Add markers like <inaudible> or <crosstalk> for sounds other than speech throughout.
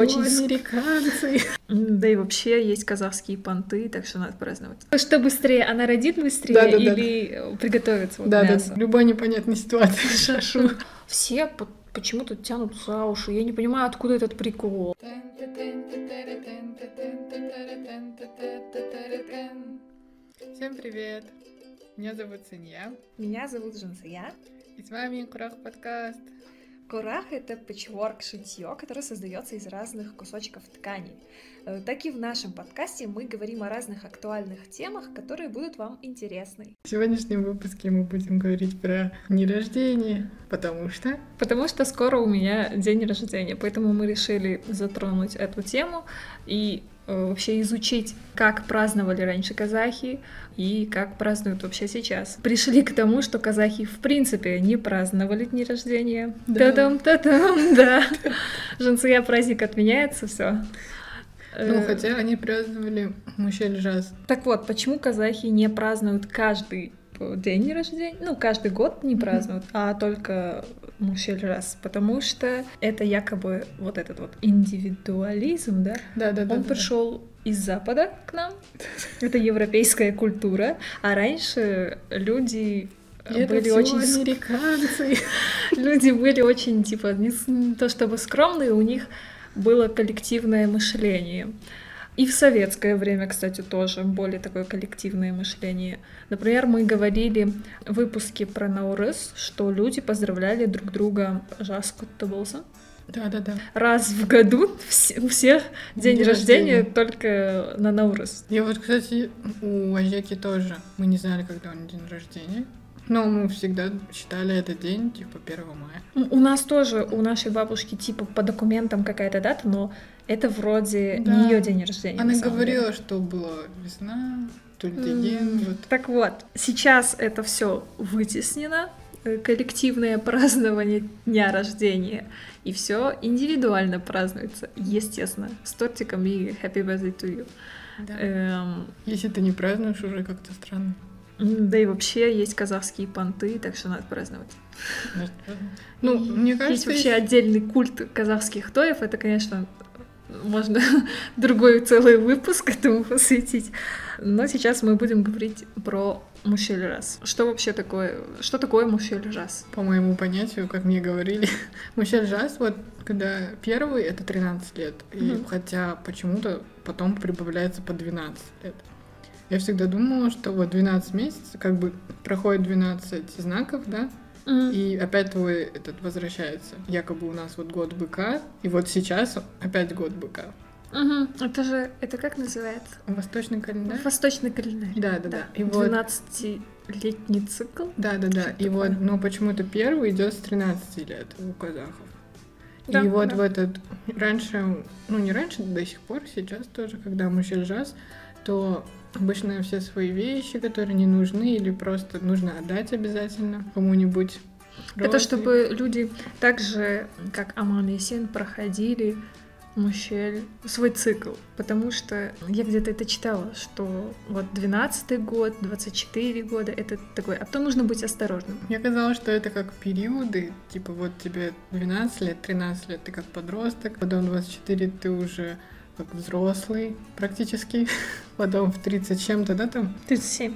Очень О, с- американцы. <laughs> М, Да и вообще есть казахские понты, так Ну, что надо праздновать. Что быстрее, она родит быстрее Да-да-да. или э, приготовится вот Да, да, мясо? любая непонятная ситуация <laughs> шашу. Все по- почему-то тянут за уши. Я не понимаю, откуда этот прикол. Всем привет! Меня зовут Санья, Меня зовут Жансая. и с вами Курах подкаст. Курах — это пэтчворк шитье, которое создается из разных кусочков ткани. Э, Так и в нашем подкасте мы говорим о разных актуальных темах, которые будут вам интересны. В сегодняшнем выпуске мы будем говорить про дни рождения, потому что Потому что скоро у меня день рождения, поэтому мы решили затронуть эту тему и э, вообще изучить, как праздновали раньше казахи и как празднуют вообще сейчас. Пришли к тому, что казахи в принципе не праздновали дни рождения. Да. Та-дам, та-дам, <laughs> да. Жансия праздник отменяется, Э, все. ну, хотя они праздновали мужчин раз. Так вот, почему казахи не празднуют каждый э, день рождения, ну, каждый год не Мгм. празднуют, а только мужчины раз, потому что это якобы вот этот вот индивидуализм, да, Да, да, да. он да. пришел из Запада к нам, это европейская культура, а раньше люди э, Это были всё очень <laughs> ск- американцы. люди были очень, типа, не с- не то чтобы скромные, у них было коллективное мышление. И в советское время, кстати, тоже более такое коллективное мышление. Например, мы говорили в выпуске про Наурыз, что люди поздравляли друг друга жас құтты болсын. Да, да, да. раз в году, вс- у всех день, День рождения, рождения. только на Наурыз. Я вот, кстати, у Азеки тоже. Мы не знали, когда у него день рождения. Но мы всегда считали этот день, типа, 1 мая. М, У нас тоже, у нашей бабушки, типа, по документам какая-то дата, но это вроде Да. не ее день рождения. на Она самом деле. говорила, что была весна, то ли деген, М, вот. Так вот, сейчас это все вытеснено, э, коллективное <laughs> празднование дня рождения, и все индивидуально празднуется, естественно, с тортиком и happy birthday to you. Эм, Если ты не празднуешь, уже как-то <laughs> странно. м, да и вообще есть казахские понты, так что надо праздновать. Надо праздновать. Ну, мне есть кажется, вообще если- отдельный культ казахских тоев, это, конечно, можно <laughs> другой целый выпуск этому посвятить. Но сейчас мы будем говорить про мушель-раз. Что вообще такое? Что такое мушель-раз? по моему понятию, как мне говорили, <laughs> мужчина жас, вот когда первый, это 13 лет. И Мгм. хотя почему-то потом прибавляется по 12 лет. Я всегда думала, что вот 12 месяцев, как бы проходит 12 знаков, да, и опять твой этот возвращается. Якобы у нас вот год быка, и вот сейчас опять год быка. Мгм. Это же, это как называется? Восточный календарь? Восточный календарь. Да, да, да. И вот 12-летний цикл. Да, да, да. Что-то И вот, такое. но почему-то первый идет с 13 лет у казахов. Да, и вот да. в этот раньше, ну не раньше, до сих пор, сейчас тоже, когда мужчина жас, то обычно все свои вещи, которые не нужны или просто нужно отдать обязательно кому-нибудь. Это родственнику. чтобы люди так же, как Аман и Син, проходили мужчин свой цикл. Потому что я где-то это читала, что вот 12-й год, 24 года, это такой... А то нужно быть осторожным. Мне казалось, что это как периоды, типа вот тебе 12 лет, 13 лет ты как подросток, потом 24 ты уже как взрослый практически, <laughs> потом в 30 чем-то, да, там 37.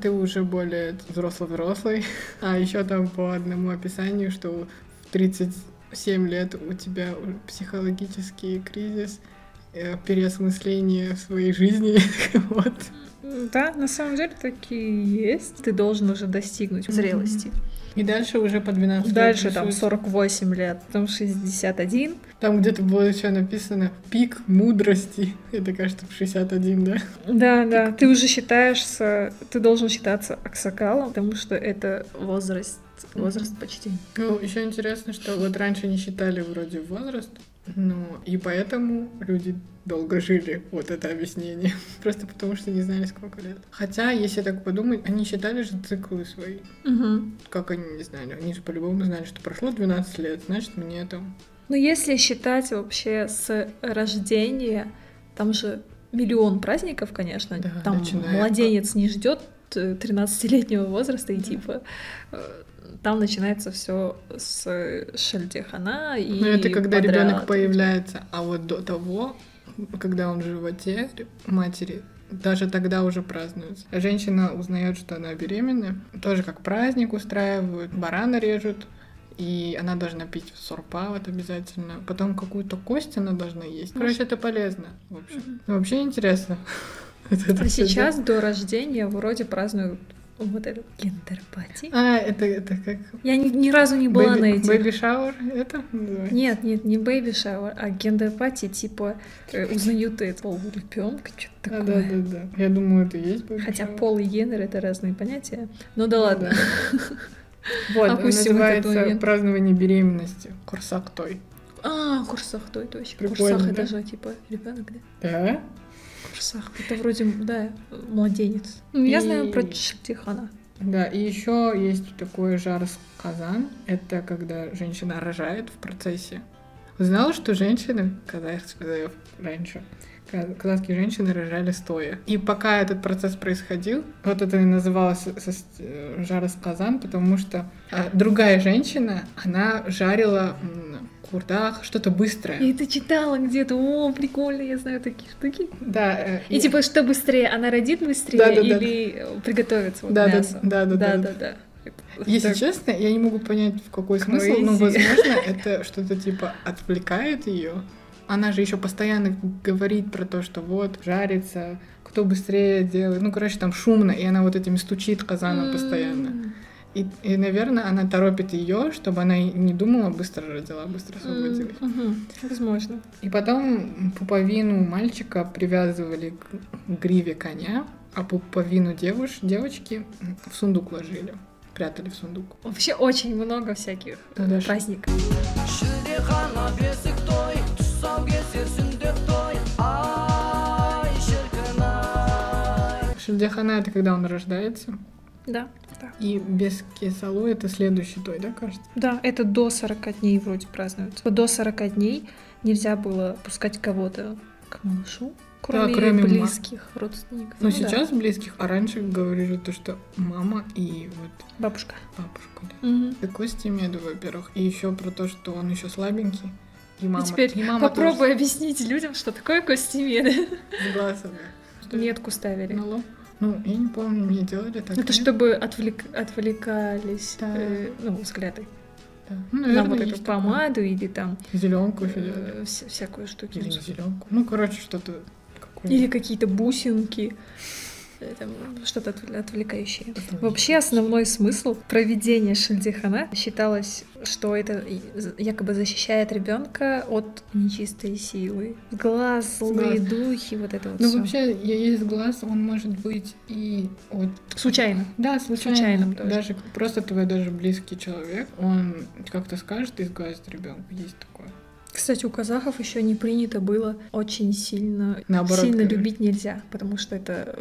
Ты уже более взрослый-взрослый. <laughs> А еще там по одному описанию, что в 37 лет у тебя у- психологический кризис, э, переосмысление своей жизни. <laughs> Вот. Да, на самом деле такие есть. Ты должен уже достигнуть зрелости. И дальше уже по 12 лет Дальше там рисуется. 48 лет, потом 61. Там где-то было еще написано «пик мудрости». Это, кажется, в 61, да? Да, да, ты уже считаешься, ты должен считаться аксакалом, потому что это возраст, возраст почти. Ну, еще интересно, что вот раньше не считали вроде возраст, но и поэтому люди долго жили, вот это объяснение. <laughs> Просто потому что не знали, сколько лет. Хотя, если так подумать, они считали же циклы свои. Как они не знали? Они же по-любому знали, что прошло 12 лет, значит, мне там... Ну, если считать вообще с рождения, там же миллион праздников, конечно. Да, там начиная младенец не ждет э, 13-летнего возраста и Да. типа э, Там начинается все с шальдехана и Ну, это когда подряд. ребенок появляется, а вот до того, когда он в животе матери, даже тогда уже празднуется. Женщина узнает, что она беременна, тоже как праздник устраивают, барана режут, и она должна пить сорпа вот обязательно. Потом какую-то кость она должна есть. Короче, это полезно, в общем. Ну, Вообще интересно. <laughs> Вот это А всё сейчас до рождения вроде празднуют вот этот гендерпати. дело. А, это, это как... Я ни, ни разу не была на этих. Бэби-шауэр? Это называется? Нет, нет, не бэйби шауэр, а гендерпати, типа э, узнают ты пол ребенка, что-то Да, такое. А, да, да, да. Я думаю, это и есть бэби Хотя пол и гендер это разные понятия. Ну да ладно. Вот, Опустим этот называется момент. празднование беременности. Курсак той. А, курсах, то это вообще. Прикольно, Курсах да? это же типа ребенок, да? Да? Курсах. Это вроде, да, младенец. Ну, я знаю про И- Чтихана. Да, и еще есть такой жар с казан. Это когда женщина рожает в процессе. Узнала, что женщины, казахские раньше, каз- казахские женщины рожали стоя. И пока этот процесс происходил, вот это и называлось со- со- э, жар с казан, потому что а, другая женщина, она жарила м, курдах, что-то быстрое. Я это читала где-то. О, прикольно, я знаю такие штуки. Да, э, И типа, что быстрее, она родит быстрее Да-да-да. или э, приготовится вот Да, да, мясо? да, да, да, Да-да-да. Если Так. честно, я не могу понять, в какой смысл, но, Crazy. возможно, это что-то типа отвлекает ее. Она же еще постоянно говорит про то, что вот, жарится, кто быстрее делает. Ну, короче, там шумно, и она вот этими стучит казаном М-м-м. постоянно. М, И, наверное, она торопит ее, чтобы она и не думала, быстро родила, быстро освободилась. м, мгм. Возможно. И потом пуповину мальчика привязывали к гриве коня, а пуповину девуш, девочки в сундук ложили, прятали в сундук. Вообще очень много всяких Да, э, Даша. праздников. шілдехана бесік той тұсауге серсін деп той ай шіркін ай Шельдяхана это когда он рождается. Да. И без кесалу это следующий той, да, кажется? Да, это до 40 дней вроде празднуется. До 40 дней нельзя было пускать кого-то к малышу, кроме, кроме ма- близких, родственников. Но Ну да, сейчас близких, а раньше говорили то, что мама и вот бабушка. бабушка. Да. Мгм. И Кости меду, во-первых, и еще про то, что он еще слабенький. И мама. И теперь и мама тоже попробуй объяснить людям, что такое <laughs> костемеды. с глазом, да. Что Метку ставили. Ну, на лоб. Ну, я не помню, мне делали так. Это нет? чтобы отвлек- отвлекались Да. э, ну, взгляды Да. Ну, на вот эту помаду или там Зеленку еще делали. э, вся- всякую штуку. Или не зеленку. Ну, короче, что-то какое-то. Или какие-то бусинки, э, там, что-то отв- отвлекающее. Отвлекающее. Вообще основной смысл проведения шильдихана считалось, что это и- з- якобы защищает ребенка от нечистой силы. Глаз, злые глаз. духи, вот это вот Ну, всё. вообще, я- есть глаз, он может быть и от Случайно. Да, случайно. Случайным тоже. Даже просто твой даже близкий человек, он как-то скажет и сглазит ребенка. Есть такое. Кстати, у казахов еще не принято было очень сильно Наоборот, сильно короче. любить нельзя, потому что это э,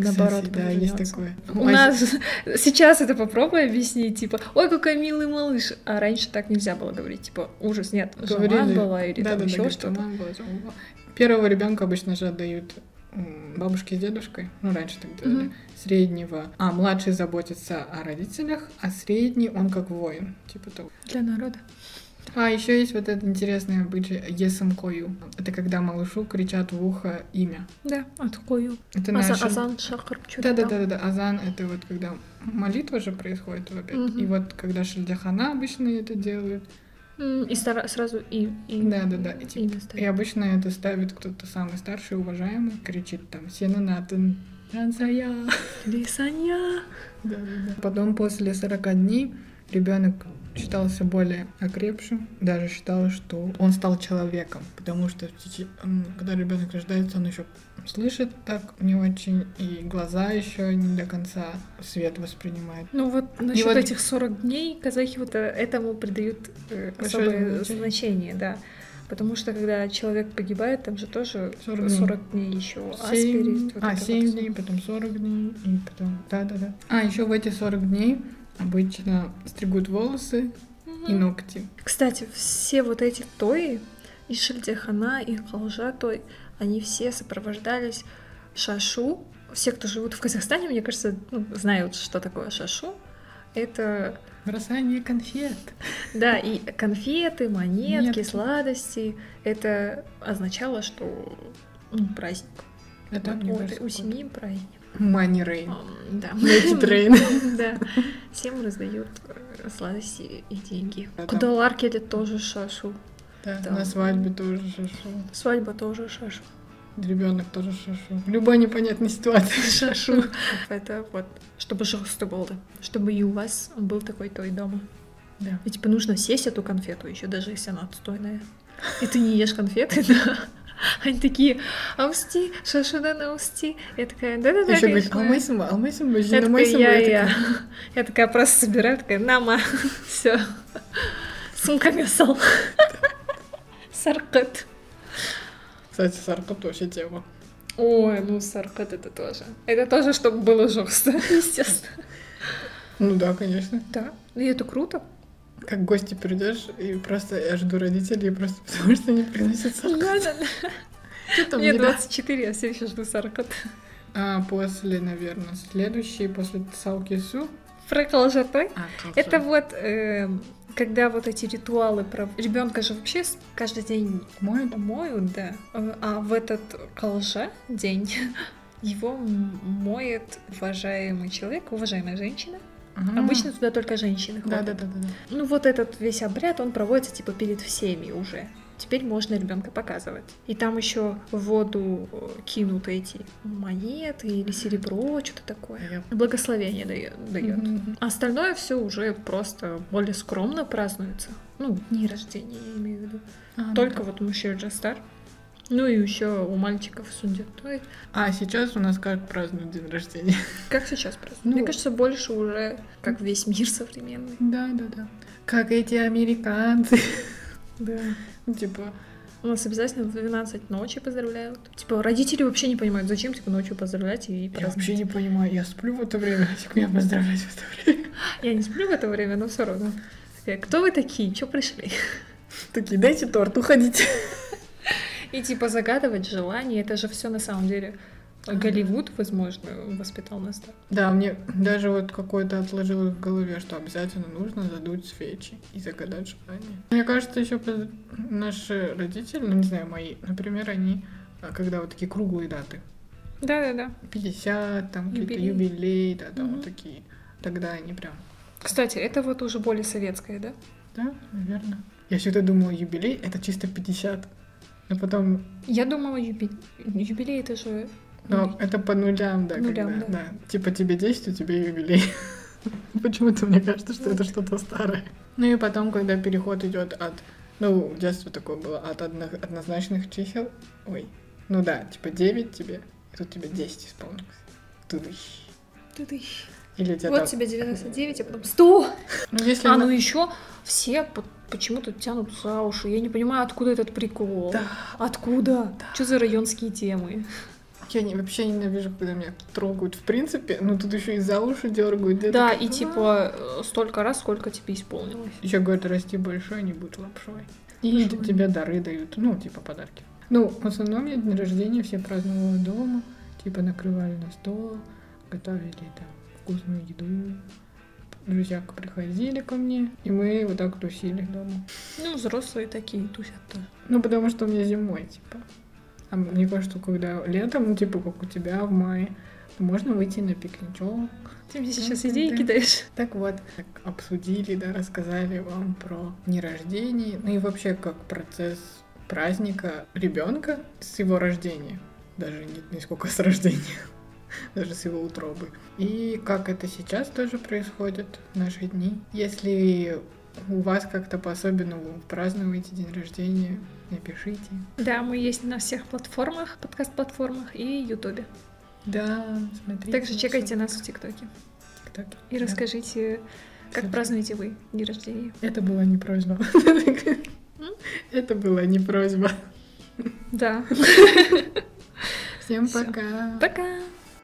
Кстати, наоборот. да, есть повернётся. такое. У нас <laughs> сейчас это попробуй объяснить, типа, ой, какой милый малыш, а раньше так нельзя было говорить, типа, ужас, нет, жаман была или там еще что-то. Первого ребенка обычно же отдают м, бабушке с дедушкой, ну раньше так делали, Мгм. среднего, а младший заботится о родителях, а средний он как воин, типа того. Для народа. А еще есть вот это интересное обычай есмкою, это когда малышу кричат в ухо имя. Да, откою. Это Аза- наши- Азан, шахар, Да, что-то да, там. да, да, да. Азан это вот когда молитва же происходит в обед. Мгм. И вот когда шельдяхана обычно это делают. М, И стара- сразу и... и- Да, да, да, и типа- имя И ставят. обычно это ставит кто-то самый старший, уважаемый, кричит там Сенанатын. Рансая. Лисаня. Да, да, да. Потом после 40 дней ребенок считался более окрепшим, даже считалось, что он стал человеком, потому что в теч- м, когда ребенок рождается, он еще слышит так не очень, и глаза еще не до конца свет воспринимает. Ну вот насчет вот- этих 40 дней казахи вот э, этому придают э, Большое особое значение. значение, да. Потому что когда человек погибает, там же тоже 40 40, дней. дней еще Семь- аспири. вот а, это 7 вот. дней, потом 40 дней, и потом... Да-да-да. А, еще в эти 40 дней обычно стригут волосы и ну, Мгм. ногти. Кстати, все вот эти тои, и шильдехана, и халжа той, они все сопровождались шашу. Все, кто живут в Казахстане, мне кажется, ну, знают, что такое шашу. Это, Бросание конфет. да, и конфеты, монетки, Монетки. сладости. Это означало, что ну, праздник. Это Вот, А мне вот, кажется, у семьи праздник. Money Rain. Ам, Да. Лети Трейн. <laughs> Да. Всем раздают э, сладости и деньги. Да, там- Куда ларкели тоже шашу. Да, Да. на свадьбе тоже шашу. Свадьба тоже шашу. Ребенок тоже шашу. Любая непонятная ситуация шашу. <laughs> Это вот, чтобы жестко было, чтобы и у вас был такой той дома. Да. И типа нужно съесть эту конфету еще, даже если она отстойная. И ты не ешь конфеты, <laughs> да. Они такие, «А аусти, шашуда на ну усти. Я такая, да-да-да, Еще говорит, «А конечно». алмайсим, алмайсим, Я бажина, такая, майсим. я, я. Я такая просто собираю, такая, нама, <laughs> все. Сумка <laughs> мясал. Саркат. Кстати, саркот вообще тема. Ой, ну саркат это тоже. Это тоже, чтобы было жестко, естественно. Ну да, конечно. Да, и это круто. Как гости придешь, и просто я жду родителей, просто потому что они приносят саркот. Что там Мне не так? 24, я все еще жду саркат. <laughs> А после, наверное, следующий, после Салкису. Фрэкл жатой. Это вот, эм, когда вот эти ритуалы про ребенка же вообще с- каждый день Моют. моют, да. Э, А в этот колжа день <laughs> его м- моет уважаемый человек, уважаемая женщина. Ага. Обычно туда только женщины Да, ходят. да, да, да. да. Ну вот этот весь обряд, он проводится типа перед всеми уже. Теперь можно ребенка показывать. И там еще в воду э, кинут эти монеты или серебро, что-то такое. Я- Благословение дает. дает. Мгм. Остальное все уже просто более скромно празднуется. Ну, дни рождения, я имею в виду. А, Только ну вот мужчина стар. Ну и еще у мальчиков сундитой. да. А сейчас у нас как празднуют день рождения? Как сейчас просто? Ну. Мне кажется, больше уже как весь мир современный. <laughs> Да, да, да. Как эти американцы. <laughs> Да. Ну, Типа, У нас обязательно в 12 ночи поздравляют. Типа, родители вообще не понимают, зачем типа ночью поздравлять и я праздновать. вообще не понимаю, я сплю в это время, как меня поздравлять в это время? Я не сплю в это время, но все равно. Такая, Кто вы такие? Че пришли? Такие, дайте торт, уходите. <laughs> И типа загадывать желание, это же все на самом деле. Голливуд, возможно, воспитал нас так. Да, мне даже вот какое-то отложилось в голове, что обязательно нужно задуть свечи и загадать желание. Мне кажется, еще поз- наши родители, ну не знаю, мои, например, они, а, когда вот такие круглые даты, Да-да-да. 50, там какие-то Юбилей. юбилей, да, там Мгм. вот такие, тогда они прям, Кстати, это вот уже более советское, да? да, наверное. Я всегда думала, юбилей — это чисто 50, но потом, Я думала, юби- юбилей это же... но это по нулям, да, Нулям, когда, да. да. Типа тебе 10, у тебя юбилей. <laughs> Почему-то мне кажется, что это что-то старое. Ну и потом, когда переход идет от... Ну, в детстве такое было, от одно- однозначных чисел... Ой, ну да, типа 9 тебе, и тут тебе 10 исполнилось. Тудыщ. Или у тебя Вот там- тебе 99, а потом 100! Ну, если А на- ну еще все по- почему-то тянут за уши. Я не понимаю, откуда этот прикол. Да. Откуда? Что за районские темы? Я не, вообще ненавижу, когда меня трогают, в принципе, но тут еще и за уши дергают. Я да, такая, и типа э, столько раз, сколько тебе исполнилось. Еще говорят, расти большой, не будь лапшой. И Лапшой. тебе дары дают, ну, типа подарки. Ну, в основном я день рождения все праздновала дома, типа накрывали на стол, готовили там вкусную еду. Друзья приходили ко мне, и мы вот так тусили дома. Ну, взрослые такие тусят тоже. Ну, потому что у меня зимой, типа. А мне кажется, когда летом, ну, типа, как у тебя в мае, можно выйти на пикничок, Ты мне сейчас сейчас идеи идеи кидаешь. Так вот, так обсудили, да, рассказали вам про дни рождения, ну и вообще как процесс праздника ребенка с его рождения, даже не, не сколько с рождения, <laughs> даже с его утробы. И как это сейчас тоже происходит в наши дни. Если у вас как-то по-особенному празднуете день рождения, напишите. Да, мы есть на всех платформах, подкаст-платформах и Ютубе. Да, смотрите. Также чекайте нас в ТикТоке и расскажите, как Всё. празднуете вы день рождения. Это была не просьба. <laughs> Это была не просьба. Да. Всем Всё. пока. Пока!